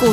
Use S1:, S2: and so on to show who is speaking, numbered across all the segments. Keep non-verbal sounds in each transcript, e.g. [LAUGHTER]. S1: 股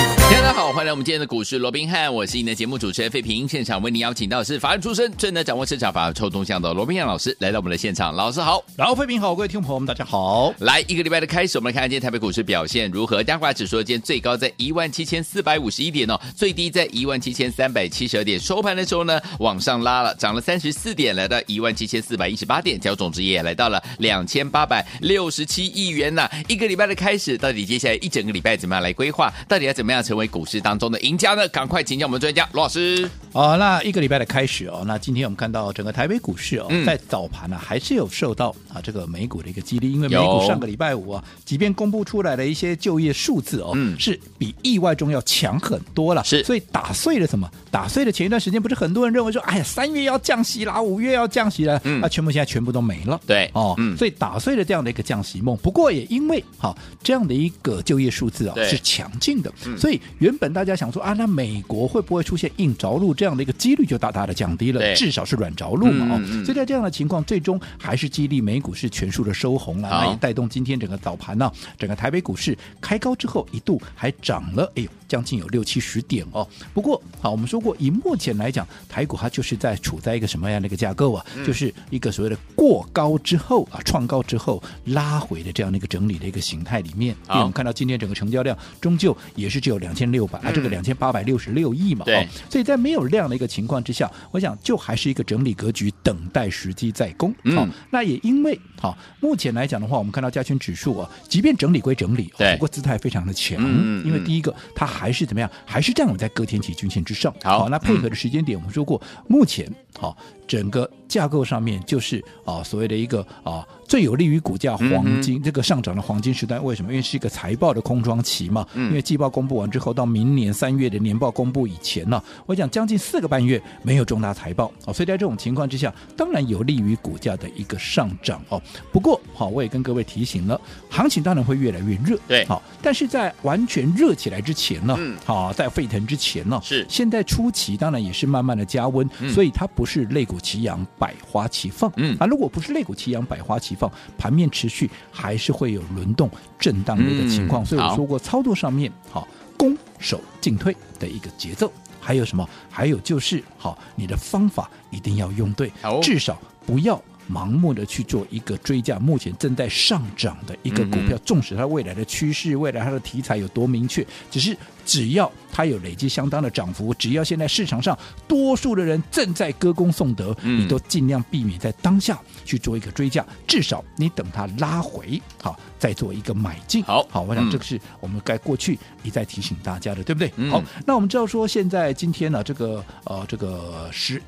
S2: 大家好，欢迎来我们今天的股市罗宾汉，我是你的节目主持人费平。现场为您邀请到的是法律出身、最能掌握市场法律臭动向的罗宾汉老师，来到我们的现场。老师好，
S3: 然后，费平好，各位听众朋友们，大家好。
S2: 来一个礼拜的开始，我们来看看今天台北股市表现如何。加华指数今天最高在一万七千四百五十一点哦，最低在一万七千三百七十二点，收盘的时候呢往上拉了，涨了三十四点，来到一万七千四百一十八点，交总值也来到了两千八百六十七亿元呐、一个礼拜的开始，到底接下来一整个礼拜怎么样来规划？到底要怎么样成为股市当中的赢家呢？赶快请教我们专家罗老师。
S3: 哦，那一个礼拜的开始哦，那今天我们看到整个台北股市哦，
S2: 嗯
S3: 在早盘呢、还是有受到啊这个美股的一个激励，因为美
S2: 有
S3: 股上个礼拜五啊，即便公布出来的一些就业数字哦，
S2: 嗯
S3: 是比意外中要强很多了，
S2: 是
S3: 所以打碎了什么？打碎了前一段时间不是很多人认为说，哎呀，三月要降息啦，五月要降息啦，
S2: 嗯
S3: 啊，全部现在全部都没了。
S2: 对
S3: 哦，
S2: 嗯
S3: 所以打碎了这样的一个降息梦。不过也因为好、这样的一个就业数字啊
S2: 对嗯
S3: 是强劲的，所以原本大家想说啊，那美国会不会出现硬着陆这样的一个几率就大大的降低
S2: 对
S3: 了，至少是软着陆嘛哦。
S2: 嗯嗯嗯
S3: 所以在这样的情况，最终还是激励美股是全数的收红了，
S2: 好
S3: 那也带动今天整个早盘呢、整个台北股市开高之后一度还涨了，哎呦，将近有六七十点哦。不过好，我们说过，以目前来讲，台股它就是在处在一个什么样的一个架构啊？就是一个所谓的过高之后啊，创高之后拉回的这样的一个整理的一个形态里面。因为
S2: 好
S3: 我们看到今天整个成交量终究也是只有两千六百啊，这个两千八百六十六亿嘛，
S2: 对
S3: 哦，所以在没有量的一个情况之下，我想就还是一个整理格局，等待时机再攻。
S2: 嗯
S3: 好那也因为好、目前来讲的话，我们看到加权指数啊，即便整理归整理，哦
S2: 对
S3: 不过姿态非常的强，
S2: 嗯嗯
S3: 因为
S2: 嗯
S3: 第一个它还是怎么样，还是站稳在各天期均线之上。
S2: 好嗯
S3: 那配合的时间点，我们说过，目前好、整个架构上面就是啊、所谓的一个啊、最有利于股价
S2: 嗯
S3: 黄金、这个上涨的黄金时段，为什么？因为是一个财报的空窗期嘛。
S2: 嗯
S3: 因为季报公布完之后，到明年三月的年报公布以前呢、我讲将近四个半月没有重大财报哦，所以在这种情况之下，当然有利于股价的一个上涨哦。不过好、我也跟各位提醒了，行情当然会越来越热，
S2: 对
S3: 好、但是在完全热起来之前呢，
S2: 嗯
S3: 好、在沸腾之前呢，
S2: 是
S3: 现在初期当然也是慢慢的加温，
S2: 嗯
S3: 所以它不是肋骨齐扬，百花齐放。
S2: 嗯
S3: 啊，如果不是肋骨齐扬，百花齐放，盘面持续还是会有轮动震荡的一个情况。
S2: 嗯
S3: 所以我
S2: 好
S3: 说过，操作上面好、攻守进退的一个节奏，还有什么？还有就是好、你的方法一定要用对，
S2: 好哦
S3: 至少不要。盲目的去做一个追价，目前正在上涨的一个股
S2: 嗯
S3: 票，纵使它未来的趋势、未来它的题材有多明确，只是只要它有累积相当的涨幅，只要现在市场上多数的人正在歌功颂德，
S2: 嗯
S3: 你都尽量避免在当下去做一个追价，至少你等它拉回，好再做一个买进。
S2: 好
S3: 好，我
S2: 嗯
S3: 想这个是我们该过去一再提醒大家的，对不对？
S2: 嗯
S3: 好，那我们知道说现在今天呢、这个呃这个十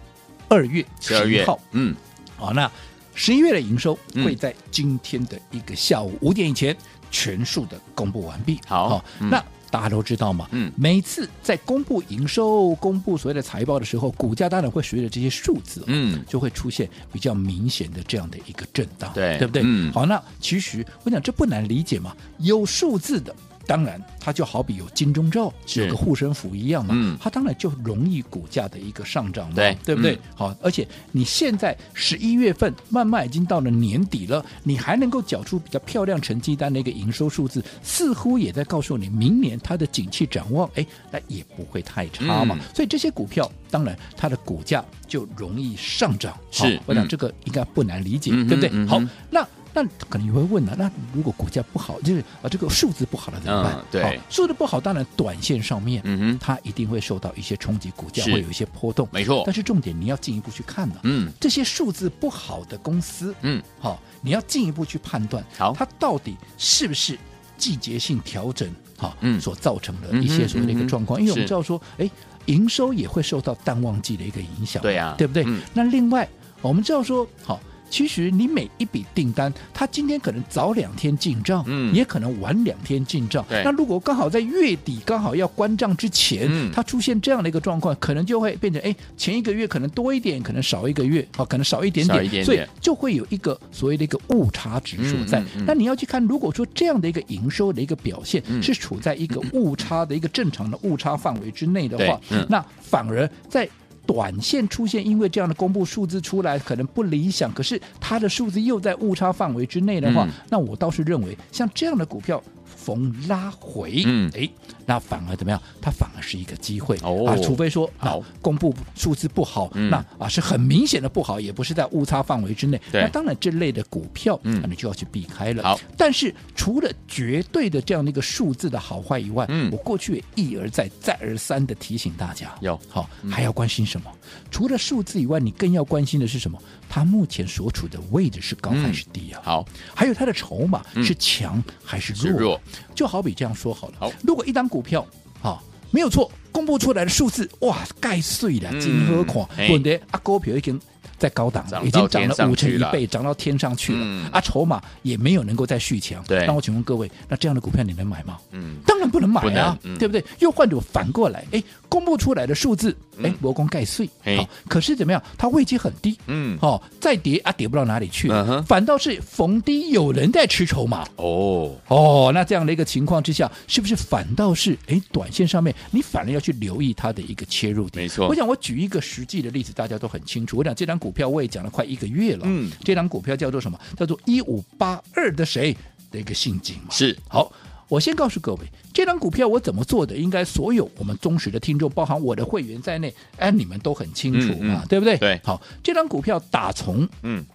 S3: 二月
S2: 十二月
S3: 11号，
S2: 嗯，
S3: 好，那十一月的营收
S2: 嗯
S3: 会在今天的一个下午五点以前全数的公布完毕。
S2: 好嗯
S3: 那大家都知道嘛，
S2: 嗯
S3: 每次在公布营收、公布所谓的财报的时候，股价当然会随着这些数字、
S2: 嗯，
S3: 就会出现比较明显的这样的一个震荡，
S2: 对
S3: 对不对？
S2: 嗯
S3: 好，那其实我想这不难理解嘛，有数字的。当然，它就好比有金钟罩，
S2: 是
S3: 有个护身符一样嘛，
S2: 嗯
S3: 它当然就容易股价的一个上涨嘛，
S2: 对
S3: 对不对？
S2: 嗯
S3: 好，而且你现在十一月份慢慢已经到了年底了，你还能够缴出比较漂亮成绩单的一个营收数字，似乎也在告诉你，明年它的景气展望，哎，那也不会太差嘛。
S2: 嗯
S3: 所以这些股票，当然它的股价就容易上涨。好
S2: 是
S3: 我想
S2: 嗯
S3: 这个应该不难理解，
S2: 嗯哼
S3: 对不对？
S2: 嗯
S3: 好
S2: 哼，
S3: 那。那可能你会问了、那如果股价不好，就是啊这个数字不好了怎么办？
S2: 嗯对
S3: 好数字不好，当然短线上面，
S2: 嗯哼
S3: 它一定会受到一些冲击，股价
S2: 是
S3: 会有一些波动。
S2: 没错
S3: 但，是重点你要进一步去看呢、
S2: 哦嗯
S3: 这些数字不好的公司，
S2: 嗯，
S3: 好、你要进一步去判断，
S2: 好
S3: 它到底是不是季节性调整，好、
S2: 嗯
S3: 所造成的一些所谓的一
S2: 嗯
S3: 个
S2: 哼
S3: 状
S2: 嗯
S3: 况，
S2: 哼
S3: 因为我们
S2: 是
S3: 知道说，哎，营收也会受到淡旺季的一个影响，
S2: 对啊
S3: 对不对？
S2: 嗯
S3: 那另外我们知道说，好、其实你每一笔订单，它今天可能早两天进账，
S2: 嗯
S3: 也可能晚两天进账。
S2: 对
S3: 那如果刚好在月底刚好要关账之前，
S2: 嗯
S3: 它出现这样的一个状况，可能就会变成哎，前一个月可能多一点，可能少一个月，哦，可能少一点
S2: 少
S3: 点，
S2: 一点点
S3: 所以就会有一个所谓的一个误差值所在。
S2: 嗯嗯嗯
S3: 那你要去看，如果说这样的一个营收的一个表现、
S2: 嗯
S3: 是处在一个误差的一个正常的误差范围之内的话，
S2: 对嗯
S3: 那反而在。短线出现因为这样的公布数字出来可能不理想，可是它的数字又在误差范围之内的话，
S2: 嗯
S3: 那我倒是认为像这样的股票逢拉回，
S2: 嗯
S3: 哎，那反而怎么样？它反而是一个机会、
S2: 哦
S3: 啊，除非说啊
S2: 好
S3: 公布数字不好，
S2: 嗯
S3: 那啊是很明显的不好，也不是在误差范围之内。
S2: 对
S3: 那当然这类的股票，
S2: 嗯
S3: 那你就要去避开了。
S2: 好，
S3: 但是除了绝对的这样的一个数字的好坏以外，
S2: 嗯
S3: 我过去也一而再、再而三的提醒大家，
S2: 有嗯
S3: 好、还要关心什么？除了数字以外，你更要关心的是什么？它目前所处的位置是高还是低啊？
S2: 好，
S3: 还有它的筹码
S2: 嗯
S3: 是强还是
S2: 是
S3: 弱？
S2: 弱，
S3: 就好比这样说好了，
S2: 好
S3: 如果一档股票啊、没有错，公布出来的数字哇盖碎了，
S2: 嗯
S3: 金喝款，
S2: 嘿哎
S3: 滚的啊股票已经。在高档
S2: 涨
S3: 已
S2: 到
S3: 经
S2: 天
S3: 涨
S2: 上
S3: 了五成
S2: 去
S3: 一
S2: 了
S3: 倍，涨到天上去了、
S2: 嗯
S3: 啊！筹码也没有能够再续强。
S2: 对
S3: 那我请问各位，那这样的股票你能买吗？
S2: 嗯，
S3: 当然不能买
S2: 不能
S3: 啊，
S2: 嗯
S3: 对不对？又换者反过来，哎，公布出来的数字，哎
S2: 嗯，
S3: 魔光盖碎，
S2: 嘿
S3: 好，可是怎么样？它位阶很低，
S2: 嗯，
S3: 哦，再跌啊，跌不到哪里去，
S2: 嗯哼
S3: 反倒是逢低有人在吃筹码，
S2: 哦，
S3: 哦，那这样的一个情况之下，是不是反倒是哎，短线上面你反而要去留意它的一个切入点？
S2: 没错
S3: 我想我举一个实际的例子，大家都很清楚。我讲这张股票我也讲了快一个月了，
S2: 嗯，
S3: 这张股票叫做什么？叫做一五八二的谁的一个信阱嘛。
S2: 是，
S3: 好。我先告诉各位，这张股票我怎么做的，应该所有我们忠实的听众，包含我的会员在内，哎，你们都很清楚
S2: 嗯
S3: 嘛，
S2: 嗯
S3: 对不对？
S2: 对
S3: 好，这张股票打从
S2: 嗯，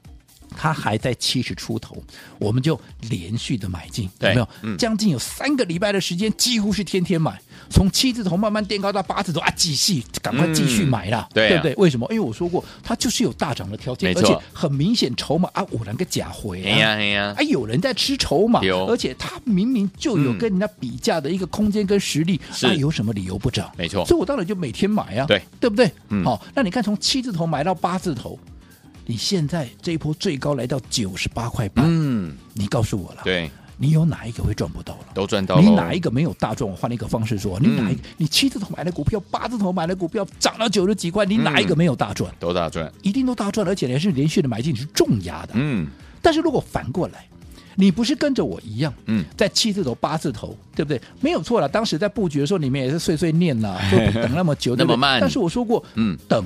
S3: 它还在七十出头，我们就连续的买进，
S2: 对
S3: 有没有？
S2: 嗯
S3: 将近有三个礼拜的时间，几乎是天天买，从七字头慢慢垫高到八字头啊，继续赶快继续买啦，
S2: 嗯对啊
S3: 不对？为什么？因为我说过，它就是有大涨的条件
S2: 没，
S3: 而
S2: 错
S3: 且很明显筹码啊，五两个假回
S2: 哎呀哎呀
S3: 哎，，有人在吃筹码
S2: 有，嗯
S3: 而且他明明就有跟人家比价的一个空间跟实力，
S2: 是
S3: 那、有什么理由不涨？
S2: 没错
S3: 所以我当然就每天买啊，
S2: 对
S3: 对不对？好、
S2: 嗯
S3: 那你看从七字头买到八字头，你现在这一波最高来到九十八块半、
S2: 嗯，
S3: 你告诉我了，
S2: 对，
S3: 你有哪一个会赚不到了？
S2: 都赚到了，嗯
S3: 你哪一个没有大赚？我换一个方式说，你哪一个、你七字头买的股票，八字头买的股票涨到九十几块，你
S2: 嗯
S3: 哪一个没有大赚？
S2: 都大赚，
S3: 一定都大赚，而且还是连续的买进，你是重压的。
S2: 嗯，
S3: 但是如果反过来，你不是跟着我一样，
S2: 嗯
S3: 在七字头、八字头，对不对？没有错了。当时在布局的时候，你们也是碎碎念
S2: [LAUGHS]
S3: 呐、说不等那么久，
S2: 那
S3: 对不
S2: 么
S3: 对
S2: 慢
S3: 但是我说过，
S2: 嗯，
S3: 等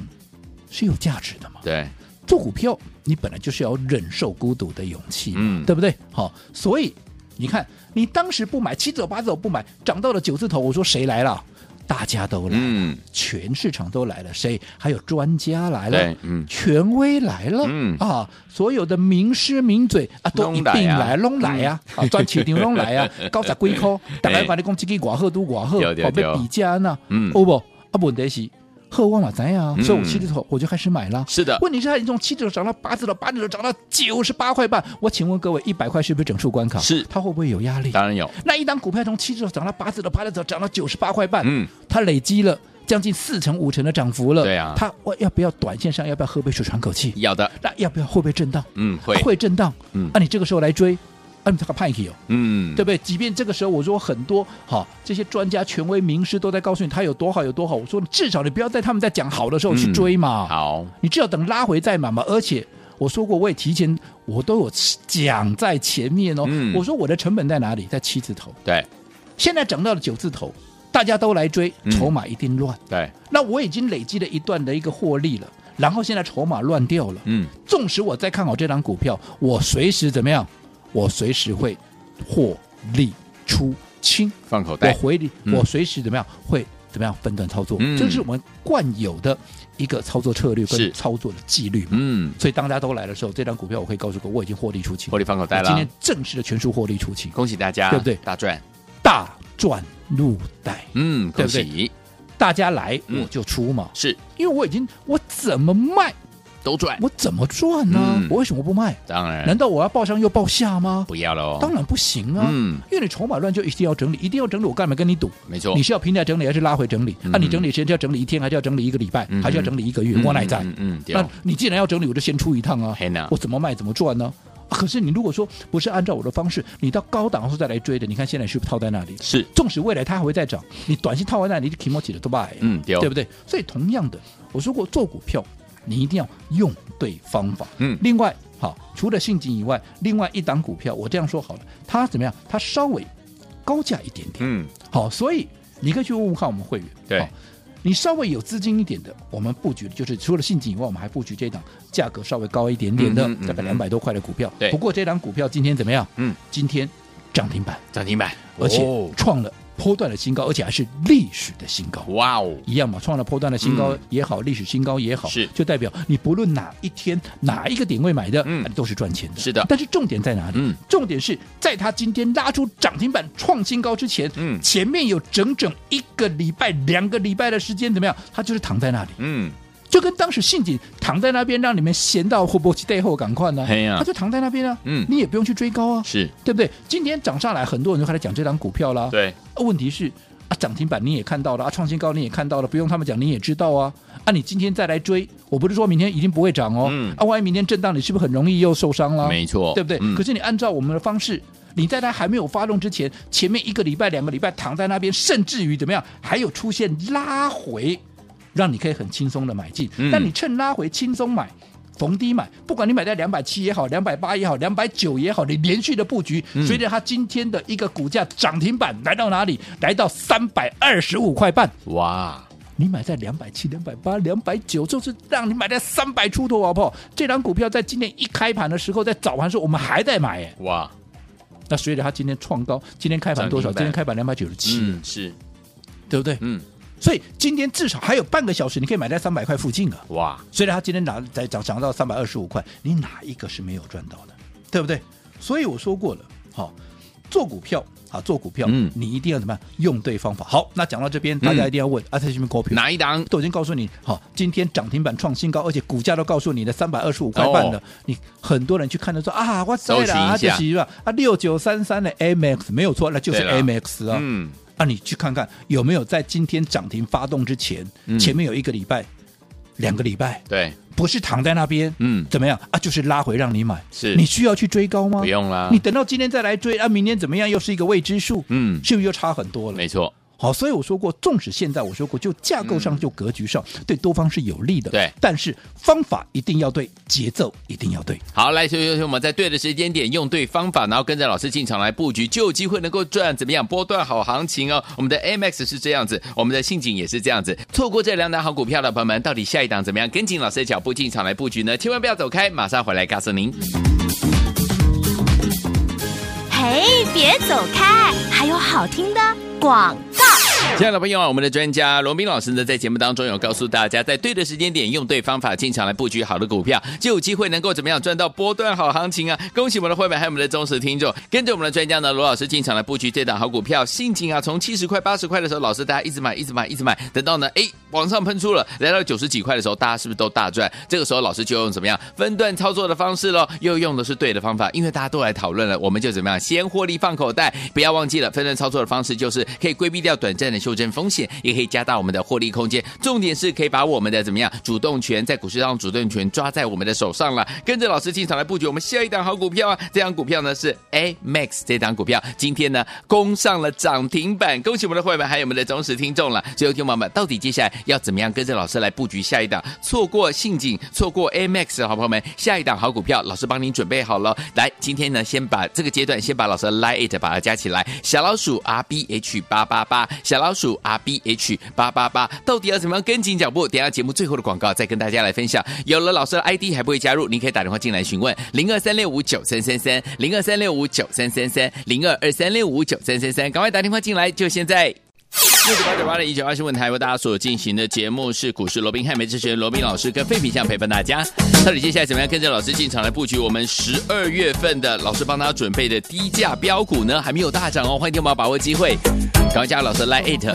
S3: 是有价值的嘛。
S2: 对，
S3: 做股票，你本来就是要忍受孤独的勇气，
S2: 嗯
S3: 对不对？好，所以你看，你当时不买七字头、八字头不买，涨到了九字头，我说谁来了？大家都来了，
S2: 嗯，
S3: 全市场都来了，谁？还有专家来了
S2: 对，嗯
S3: 权威来了，
S2: 嗯
S3: 啊，所有的名师名嘴啊，都一
S2: 拢来啊
S3: 并来，拢来啊，啊，赚钱牛拢来啊，高十几块，大家把你讲这个寡喝都寡喝，
S2: 对对
S3: 哦
S2: 对
S3: 要比价那，
S2: 嗯
S3: 哦不，啊问题是。喝我嘛怎样？
S2: 嗯
S3: 所以我七字头我就开始买了。
S2: 是的
S3: 问题是它已经从七字头涨到八字头，八字头涨到九十八块半。我请问各位，一百块是不是整数关卡？
S2: 是
S3: 它会不会有压力？
S2: 当然有，
S3: 那一档股票从七字头涨到八字头，八字头涨到九十八块半，
S2: 嗯，
S3: 它累积了将近四成五成的涨幅了。
S2: 对啊
S3: 它我要不要短线上要不要喝杯水喘口气？
S2: 要的，
S3: 那要不要会不会震荡？
S2: 嗯，会
S3: 啊，会震荡。
S2: 嗯
S3: 那、你这个时候来追，啊，你这个叛逆哦，
S2: 嗯，
S3: 对不对？即便这个时候我说很多好、这些专家、权威、名师都在告诉你它有多好有多好，我说至少你不要在他们在讲好的时候去
S2: 嗯
S3: 追嘛。
S2: 好，
S3: 你至少等拉回再买嘛。而且我说过，我也提前，我都有讲在前面哦。
S2: 嗯
S3: 我说我的成本在哪里？在七字头，
S2: 对
S3: 现在涨到了九字头，大家都来追，
S2: 嗯
S3: 筹码一定乱。
S2: 对，
S3: 那我已经累积了一段的一个获利了，然后现在筹码乱掉了。
S2: 嗯，
S3: 纵使我再看好这张股票，我随时怎么样？我随时会获利出清。
S2: 放口
S3: 我
S2: 袋，
S3: 回你，
S2: 嗯
S3: 我随时怎么样会怎么样分段操作，
S2: 嗯
S3: 这是我们惯有的一个操作策略
S2: 是
S3: 跟操作的纪律嘛。
S2: 嗯，
S3: 所以当大家都来的时候，这张股票我可以告诉各位，我已经获利出清，
S2: 获利放口袋
S3: 我今
S2: 了
S3: 天，正式的全数获利出清，
S2: 恭喜大家，
S3: 对不对
S2: 大赚，
S3: 大赚入袋。
S2: 嗯，
S3: 对
S2: 恭
S3: 不对
S2: 喜，
S3: 大家来
S2: 嗯
S3: 我就出嘛，
S2: 是
S3: 因为我已经我怎么卖
S2: 都赚，
S3: 我怎么赚呢？
S2: 嗯哎
S3: 我为什么不卖？
S2: 当然，
S3: 难道我要报上又报下吗？
S2: 不要喽？
S3: 当然不行啊，
S2: 哦嗯
S3: 因为你筹码乱就一定要整理，一定要整理，我干嘛跟你赌？
S2: 没错
S3: 你是要平台整理还是拉回整理？
S2: 嗯
S3: 那、你整理时间是要整理一天，还是要整理一个礼拜，
S2: 嗯
S3: 还是要整理一个月？我哪在？
S2: 嗯嗯，对
S3: 那你既然要整理，我就先出一趟啊
S2: 嘿呐，
S3: 我怎么卖怎么赚呢？啊可是你如果说不是按照我的方式，你到高档后再来追的，你看现在是不是套在那里？
S2: 是，
S3: 纵使未来它还会再涨，你短期套在那里，你提莫起的都败，
S2: 嗯对哦
S3: 对不啊对？所以同样的，我说过做股票，你一定要用对方法。
S2: 嗯
S3: 另外，好，除了信金以外，另外一档股票，我这样说好了，它怎么样？它稍微高价一点点，
S2: 嗯，
S3: 好，所以你可以去问问看我们会员，
S2: 对
S3: 好你稍微有资金一点的，我们布局的就是除了信锦以外，我们还布局这档价格稍微高一点点
S2: 嗯
S3: 的，
S2: 哼嗯哼
S3: 大概两百多块的股票。
S2: 对
S3: 不过这档股票今天怎么样？
S2: 嗯，
S3: 今天涨停板，
S2: 涨停板，
S3: 而且
S2: 哦
S3: 创了波段的新高，而且还是历史的新高。
S2: 哇哦，
S3: 一样嘛，创了波段的新高
S2: 嗯
S3: 也好，历史新高也好，
S2: 是
S3: 就代表你不论哪一天哪一个点位买的，
S2: 嗯
S3: 啊都是赚钱的。
S2: 是的
S3: 但是重点在哪里？
S2: 嗯
S3: 重点是在它今天拉出涨停板创新高之前，
S2: 嗯
S3: 前面有整整一个礼拜、两个礼拜的时间，怎么样？它就是躺在那里，
S2: 嗯，
S3: 就跟当时信锦躺在那边，让你们闲到后波期待后赶快呢
S2: 嘿呀，
S3: 它就躺在那边啊，
S2: 嗯
S3: 你也不用去追高啊，
S2: 是，
S3: 对不对？今天涨上来，很多人就开始讲这张股票啦，
S2: 对，
S3: 啊问题是啊，涨停板你也看到了啊，创新高你也看到了，不用他们讲你也知道啊。啊，你今天再来追，我不是说明天一定不会涨哦，
S2: 嗯
S3: 啊，万一明天震荡，你是不是很容易又受伤了？
S2: 没错，
S3: 对不对？
S2: 嗯
S3: 可是你按照我们的方式。你在它还没有发动之前，前面一个礼拜、两个礼拜躺在那边，甚至于怎么样，还有出现拉回，让你可以很轻松的买进。
S2: 嗯
S3: 但你趁拉回轻松买，逢低买，不管你买在两百七也好，两百八也好，两百九也好，你连续的布局，
S2: 嗯
S3: 随着它今天的一个股价涨停板来到哪里？来到三百二十五块半，
S2: 哇，
S3: 你买在两百七、两百八、两百九，就是让你买在三百出头，好不好？这张股票在今天一开盘的时候，在早盘的时候，我们还在买耶。
S2: 哇，
S3: 那随着它今天创高，今天开盘多少？
S2: 涨停板
S3: 今天开盘两百九十七，
S2: 嗯，是，
S3: 对不对？
S2: 嗯，
S3: 所以今天至少还有半个小时，你可以买在三百块附近啊。
S2: 哇，
S3: 虽然它今天涨在涨涨到三百二十五块，你哪一个是没有赚到的？对不对？所以我说过了，好、做股票啊，做股票，
S2: 嗯
S3: 你一定要怎么样用对方法。好，那讲到这边，大家一定要问、啊，这是什么股票？
S2: 哪一档？
S3: 都已经告诉你，好，今天涨停板创新高，而且股价都告诉你的三百二十五块半了。
S2: 哦
S3: 你很多人去看的说啊，我
S2: 搜
S3: 塞
S2: 寻
S3: 了啊，
S2: 一
S3: 就
S2: 下
S3: 是吧啊，六九三三的 MX 没有错，那就是
S2: 对了
S3: MX 啊。
S2: 嗯，
S3: 啊，你去看看有没有在今天涨停发动之前，
S2: 嗯
S3: 前面有一个礼拜、两个礼拜，
S2: 对，
S3: 不是躺在那边，
S2: 嗯
S3: 怎么样啊？就是拉回让你买，
S2: 是
S3: 你需要去追高吗？
S2: 不用啦
S3: 你等到今天再来追啊，明天怎么样又是一个未知数，
S2: 嗯
S3: 是不是又差很多了？
S2: 没错，
S3: 好，所以我说过，纵使现在我说过，就架构上、就格局上，对多方是有利的。
S2: 对
S3: 但是方法一定要对，节奏一定要对。
S2: 好，来，所以所以我们在对的时间点，用对方法，然后跟着老师进场来布局，就有机会能够赚怎么样波段好行情哦。我们的 AMX 是这样子，我们的信锦也是这样子。错过这两档好股票的朋友们，到底下一档怎么样跟紧老师的脚步进场来布局呢？千万不要走开，马上回来告诉您。
S1: 嘿，别走开，还有好听的广告。
S2: 亲爱的朋友啊，我们的专家罗斌老师呢，在节目当中有告诉大家，在对的时间点，用对方法进场来布局好的股票，就有机会能够怎么样赚到波段好行情啊！恭喜我们的会员还有我们的忠实听众，跟着我们的专家呢，罗老师进场来布局这档好股票，信锦啊，从七十块、八十块的时候，老师大家一直买、一直买、一直买，等到呢，哎，往上喷出了，来到九十几块的时候，大家是不是都大赚？这个时候老师就用怎么样分段操作的方式喽，又用的是对的方法，因为大家都来讨论了，我们就怎么样先获利放口袋，不要忘记了分段操作的方式就是可以规避掉短暂的修正风险，也可以加大我们的获利空间。重点是可以把我们的怎么样主动权在股市上主动权抓在我们的手上了，跟着老师进场来布局我们下一档好股票啊！这档股票呢是 A Max 这档股票，今天呢攻上了涨停板，恭喜我们的会员还有我们的忠实听众了。所以，听众朋友们，到底接下来要怎么样跟着老师来布局下一档？错过信锦，错过 A Max 的好朋友们，下一档好股票，老师帮您准备好了。来，今天呢，先把这个阶段先把老师的 Line It 把它加起来，小老鼠 R B H 八八八，小老鼠 R B H 八八八，到底要怎么样跟紧脚步？等一下节目最后的广告再跟大家来分享。有了老师的 ID 还不会加入，你可以打电话进来询问零二三六五九三三三零二三六五九三三三零二二三六五九三三三，赶快打电话进来，就现在。六九八九八的一九二新闻台为大家所进行的节目是股市罗宾汉梅之学罗宾老师跟费品相陪伴大家。到底接下来怎么样跟着老师进场来布局我们十二月份的老师帮大家准备的低价标股呢？还没有大涨哦，欢迎听我们把握机会，赶快加入老师 Line it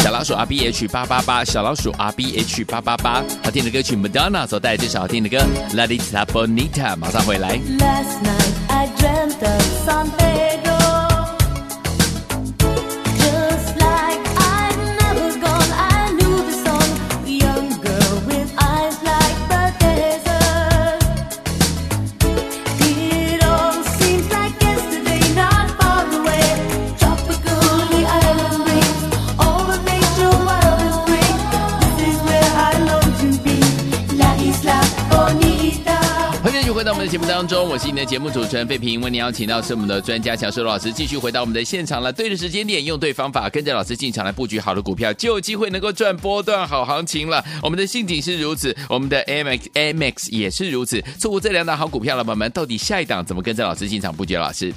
S2: 小老鼠 R B H 八八八小老鼠 R B H 八八八，好听的歌曲 Madonna 所带来这首好听的歌 La d i s a Bonita，马上回来。
S4: Last night I dreamt of San Pedro, just like I'm never gone. I knew the song, the young girl with eyes like the desert. It all seems like yesterday, not far away. Tropical island breeze, all the nature wildest dreams. This is where I long to be, La Isla Bonita.
S2: 欢迎继续回到我们的节目当中，我是你的节目主持人费平，为您邀请到是我们的专家乔世罗老师，继续回到我们的现场了。对的时间点，用对方法，跟着老师进场来布局好的股票，就有机会能够赚波段好行情了。我们的信景是如此，我们的 MX MX 也是如此。错过这两档好股票了，朋友们，到底下一档怎么跟着老师进场布局？老师，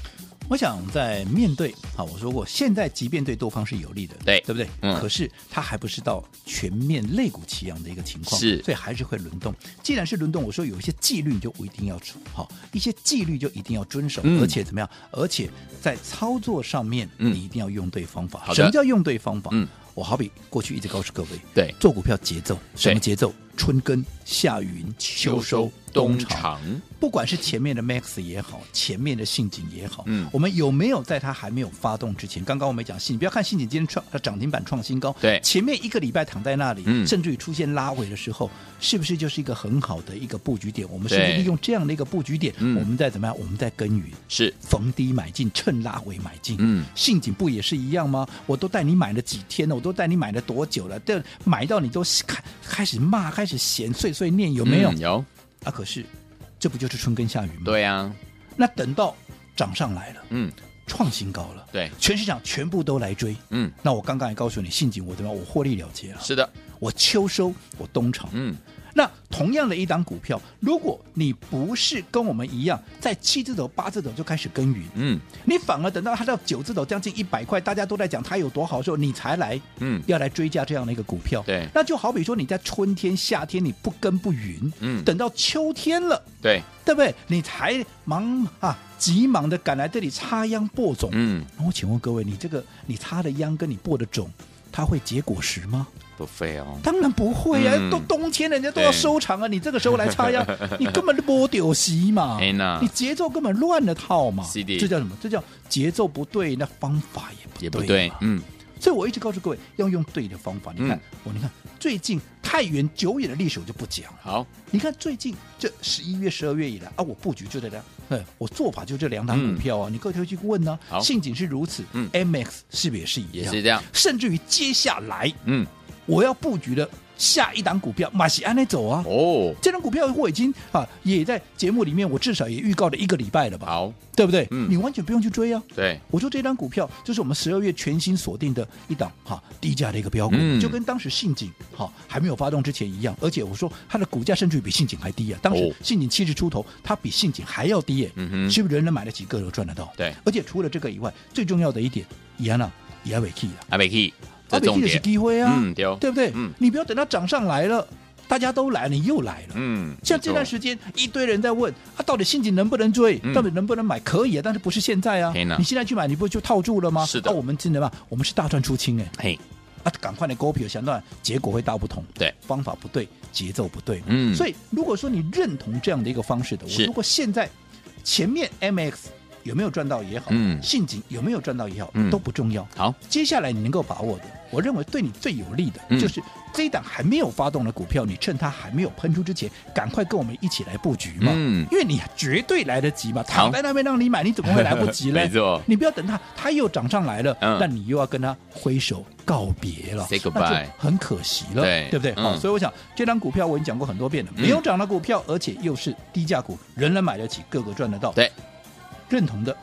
S3: 我想在面对啊，我说过，现在即便对多方是有利的，
S2: 对
S3: 对不对？
S2: 嗯
S3: 可是它还不是到全面肋骨齐扬的一个情况，
S2: 是
S3: 所以还是会轮动。既然是轮动，我说有一些纪律你就一定要遵好，一些纪律就一定要遵守，
S2: 嗯
S3: 而且怎么样？而且在操作上面，
S2: 嗯
S3: 你一定要用对方法。
S2: 好的
S3: 什么叫用对方法？
S2: 嗯
S3: 我好比过去一直告诉各位，
S2: 对
S3: 做股票节奏什么节奏？春耕、夏耘、秋收、冬藏。不管是前面的 Max 也好，前面的信景也好，
S2: 嗯
S3: 我们有没有在它还没有发动之前？刚刚我们讲信，不要看信景今天创它涨停板创新高，
S2: 对
S3: 前面一个礼拜躺在那里，
S2: 嗯
S3: 甚至于出现拉尾的时候，是不是就是一个很好的一个布局点？我们是不是
S2: 对
S3: 利用这样的一个布局点，
S2: 嗯
S3: 我们在怎么样？我们在耕耘。
S2: 是
S3: 逢低买进，趁拉回买进。
S2: 嗯
S3: 信景不也是一样吗？我都带你买了几天了，我都带你买了多久了？但买到你都开开始骂，开始嫌，碎碎念，有没有？
S2: 嗯有，
S3: 啊，可是这不就是春耕夏耘吗？。
S2: 对啊，
S3: 那等到涨上来了，
S2: 嗯，
S3: 创新高了，
S2: 对，
S3: 全市场全部都来追。
S2: 嗯，
S3: 那我刚刚也告诉你，信锦我怎么样，我获利了结了，
S2: 是的，
S3: 我秋收，我冬藏。
S2: 嗯，
S3: 那同样的一档股票，如果你不是跟我们一样在七字头、八字头就开始耕耘，
S2: 嗯，
S3: 你反而等到它到九字头将近一百块，大家都在讲它有多好的时候，你才来，
S2: 嗯
S3: 要来追加这样的一个股票。
S2: 对
S3: 那就好比说你在春天、夏天你不耕不耘，
S2: 嗯
S3: 等到秋天了。
S2: 对，
S3: 对不对？你才忙啊，急忙的赶来这里插秧播种。
S2: 嗯，
S3: 那我请问各位，你这个你插的秧跟你播的种，它会结果实吗？
S2: 不废哦，
S3: 当然不会啊！
S2: 嗯
S3: 都冬天人家都要
S2: 对
S3: 收场啊，你这个时候来插
S2: [LAUGHS]
S3: 秧，你根本就播丢席嘛
S2: 哎呐，
S3: 你节奏根本乱了套嘛。
S2: 是的
S3: 这叫什么？这叫节奏不对，那方法也不
S2: 也不
S3: 对
S2: 对
S3: 嘛，
S2: 嗯，
S3: 所以我一直告诉各位要用对的方法。你看
S2: 嗯，
S3: 我你看最近太远久远的历史我就不讲了。
S2: 好，
S3: 你看最近这十一月、十二月以来啊，我布局就这两，哎，我做法就这两档
S2: 嗯
S3: 股票啊，你各位去问呢、
S2: 好
S3: 信景是如此，
S2: 嗯
S3: ，MX 是不是也是一
S2: 也
S3: 样？
S2: 是这样，
S3: 甚至于接下来
S2: 嗯，
S3: 我要布局的下一档股票，马西安内走啊，
S2: 哦，
S3: 这档股票我已经啊也在节目里面，我至少也预告了一个礼拜了吧，
S2: 好，
S3: 对不对？
S2: 嗯
S3: 你完全不用去追啊。
S2: 对，
S3: 我说这张股票就是我们十二月全新锁定的一档哈低价的一个标股，
S2: 嗯
S3: 就跟当时信锦哈还没有发动之前一样，而且我说它的股价甚至比信锦还低啊，当
S2: 哦
S3: 时信锦七十出头，它比信锦还要低耶、
S2: 嗯哼
S3: 是不是人人买得起，个人赚得到？
S2: 对
S3: 而且除了这个以外，最重要的一点，伊安娜也要维 key 啊，
S2: 阿美 key，这
S3: 阿维
S2: 重
S3: key 的是
S2: 点，
S3: 机会啊，
S2: 嗯，丢，
S3: 对不对？
S2: 嗯
S3: 你不要等它涨上来了，大家都来了，你又来了，
S2: 嗯，
S3: 像这段时间，一堆人在问啊，到底陷阱能不能追
S2: 嗯？
S3: 到底能不能买？可以啊，但是不是现在啊
S2: 嘿呐？
S3: 你现在去买，你不就套住了吗？
S2: 是的
S3: 啊我们真的嘛，我们是大赚出清哎、
S2: 嘿，
S3: 啊，赶快来勾皮，想到结果会大不同，
S2: 对，
S3: 方法不对，节奏不对嘛。
S2: 嗯
S3: 所以如果说你认同这样的一个方式的，
S2: 是
S3: 我如果现在前面 MX 有没有赚到也好，
S2: 嗯
S3: 陷阱有没有赚到也好，
S2: 嗯
S3: 都不重要。
S2: 好，
S3: 接下来你能够把握的，我认为对你最有利的，
S2: 嗯
S3: 就是这一档还没有发动的股票，你趁它还没有喷出之前，赶快跟我们一起来布局嘛。
S2: 嗯
S3: 因为你绝对来得及嘛，
S2: 好
S3: 躺在那边让你买，你怎么会来不
S2: [LAUGHS]
S3: 及呢？
S2: 没错
S3: 你不要等它，它又涨上来了，
S2: 嗯
S3: 那你又要跟它挥手告别了
S2: Say
S3: 那就
S2: goodbye
S3: 很可惜了，
S2: 对
S3: 不对？
S2: 嗯
S3: 好，所以我想这张股票我已经讲过很多遍了，没有涨的股票，而且又是低价股，人人买得起，个个赚得到。
S2: 对，
S3: 认同的，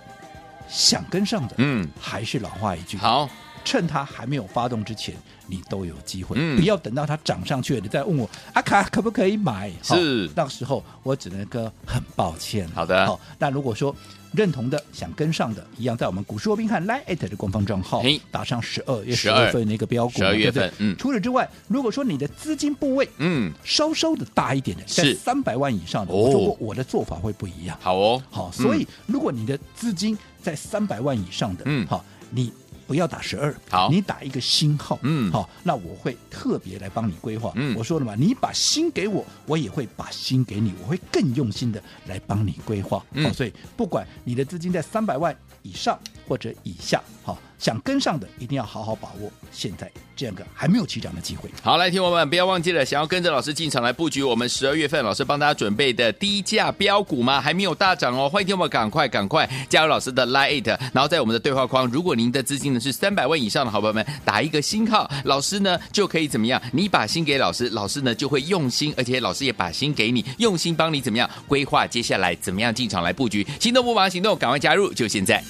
S3: 想跟上的，
S2: 嗯，
S3: 还是老话一句，
S2: 好，
S3: 趁它还没有发动之前，你都有机会。
S2: 嗯
S3: 不要等到它涨上去了，你再问我阿卡可不可以买？好
S2: 是
S3: 那时候我只能跟很抱歉。
S2: 好的
S3: 好，那如果说。认同的、想跟上的，一样在我们股市罗宾汉 Line at 的官方账号
S2: 嘿
S3: 打上十二月十
S2: 12
S3: 二份的一个标股嘛，
S2: 12月
S3: 对不对
S2: 份嗯
S3: 除此之外，如果说你的资金部位
S2: 嗯，
S3: 稍稍的大一点的，在
S2: 是
S3: 三百万以上的，
S2: 哦
S3: 我说过我的做法会不一样。
S2: 好哦，
S3: 好，
S2: 嗯
S3: 所以如果你的资金在三百万以上的，
S2: 嗯
S3: 好，你不要打十二，
S2: 好
S3: 你打一个星号，
S2: 嗯
S3: 好，那我会特别来帮你规划。
S2: 嗯
S3: 我说了嘛，你把心给我，我也会把心给你，我会更用心的来帮你规划。
S2: 嗯
S3: 好，所以不管你的资金在三百万以上或者以下，好，想跟上的一定要好好把握现在这样个还没有起涨的机会。
S2: 好，来，听友们，不要忘记了，想要跟着老师进场来布局我们十二月份老师帮大家准备的低价标股吗？还没有大涨哦，欢迎听友们赶快赶快加入老师的 Line，it，然后在我们的对话框，如果您的资金呢是三百万以上的好朋友们，打一个星号，老师呢就可以怎么样？你把心给老师，老师呢就会用心，而且老师也把心给你，用心帮你怎么样规划接下来怎么样进场来布局？心动不忙行动，赶快加入，就现在。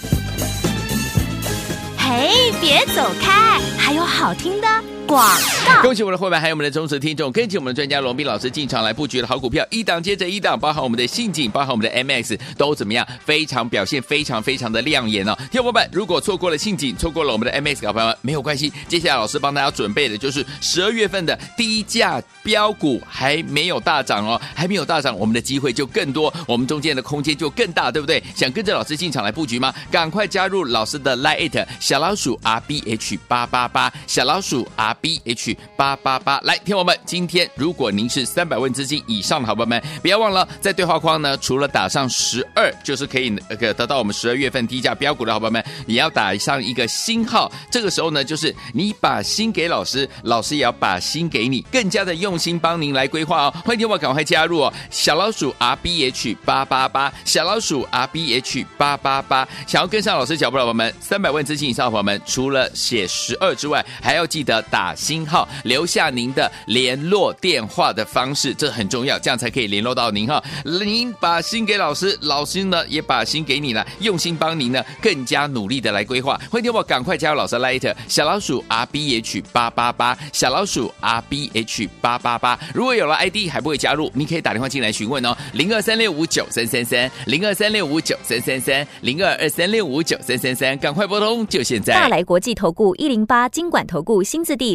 S1: 嘿，别走开，还有好听的广告。
S2: 恭喜我们的会员，还有我们的忠实听众，跟紧我们的专家龙斌老师进场来布局的好股票，一档接着一档，包含我们的信锦，包含我们的 MX，都怎么样？非常表现非常非常的亮眼哦！听众朋友们，如果错过了信锦，错过了我们的 MX，好朋友们没有关系，接下来老师帮大家准备的就是十二月份的低价标股，还没有大涨哦，还没有大涨，我们的机会就更多，我们中间的空间就更大，对不对？想跟着老师进场来布局吗？赶快加入老师的 Line it 小老鼠 R B H 八八八小老鼠 R B H 八八八。来，听友们，今天如果您是三百万资金以上的好朋友们，不要忘了在对话框呢，除了打上十二，就是可以那个得到我们十二月份低价标股的好朋友们，也要打上一个星号。这个时候呢，就是你把心给老师，老师也要把心给你，更加的用心帮您来规划哦。欢迎听我赶快加入哦，小老鼠 R B H 八八八，小老鼠 R B H 八八八。想要跟上老师脚步的伙伴们，三百万资金以上的伙伴们，除了写十二之外，还要记得打星号，留下您的联络电话的方式，这很重要，这样才可以联络到您哈。您把心给老师，老师呢也把心给你了，用心帮您呢更加努力的来规划。欢迎听我赶快加入老师 Light 小老鼠 R B H 八八八，小老鼠 R B H 八八八。如果有了 ID 还不会加入，你可以打电话进来询问哦，零二三六五九三三三，零二三六五九三三三，零二二三六五九三三三，赶快拨通，就现在。
S5: 大来国际投顾一零八金管投顾新字第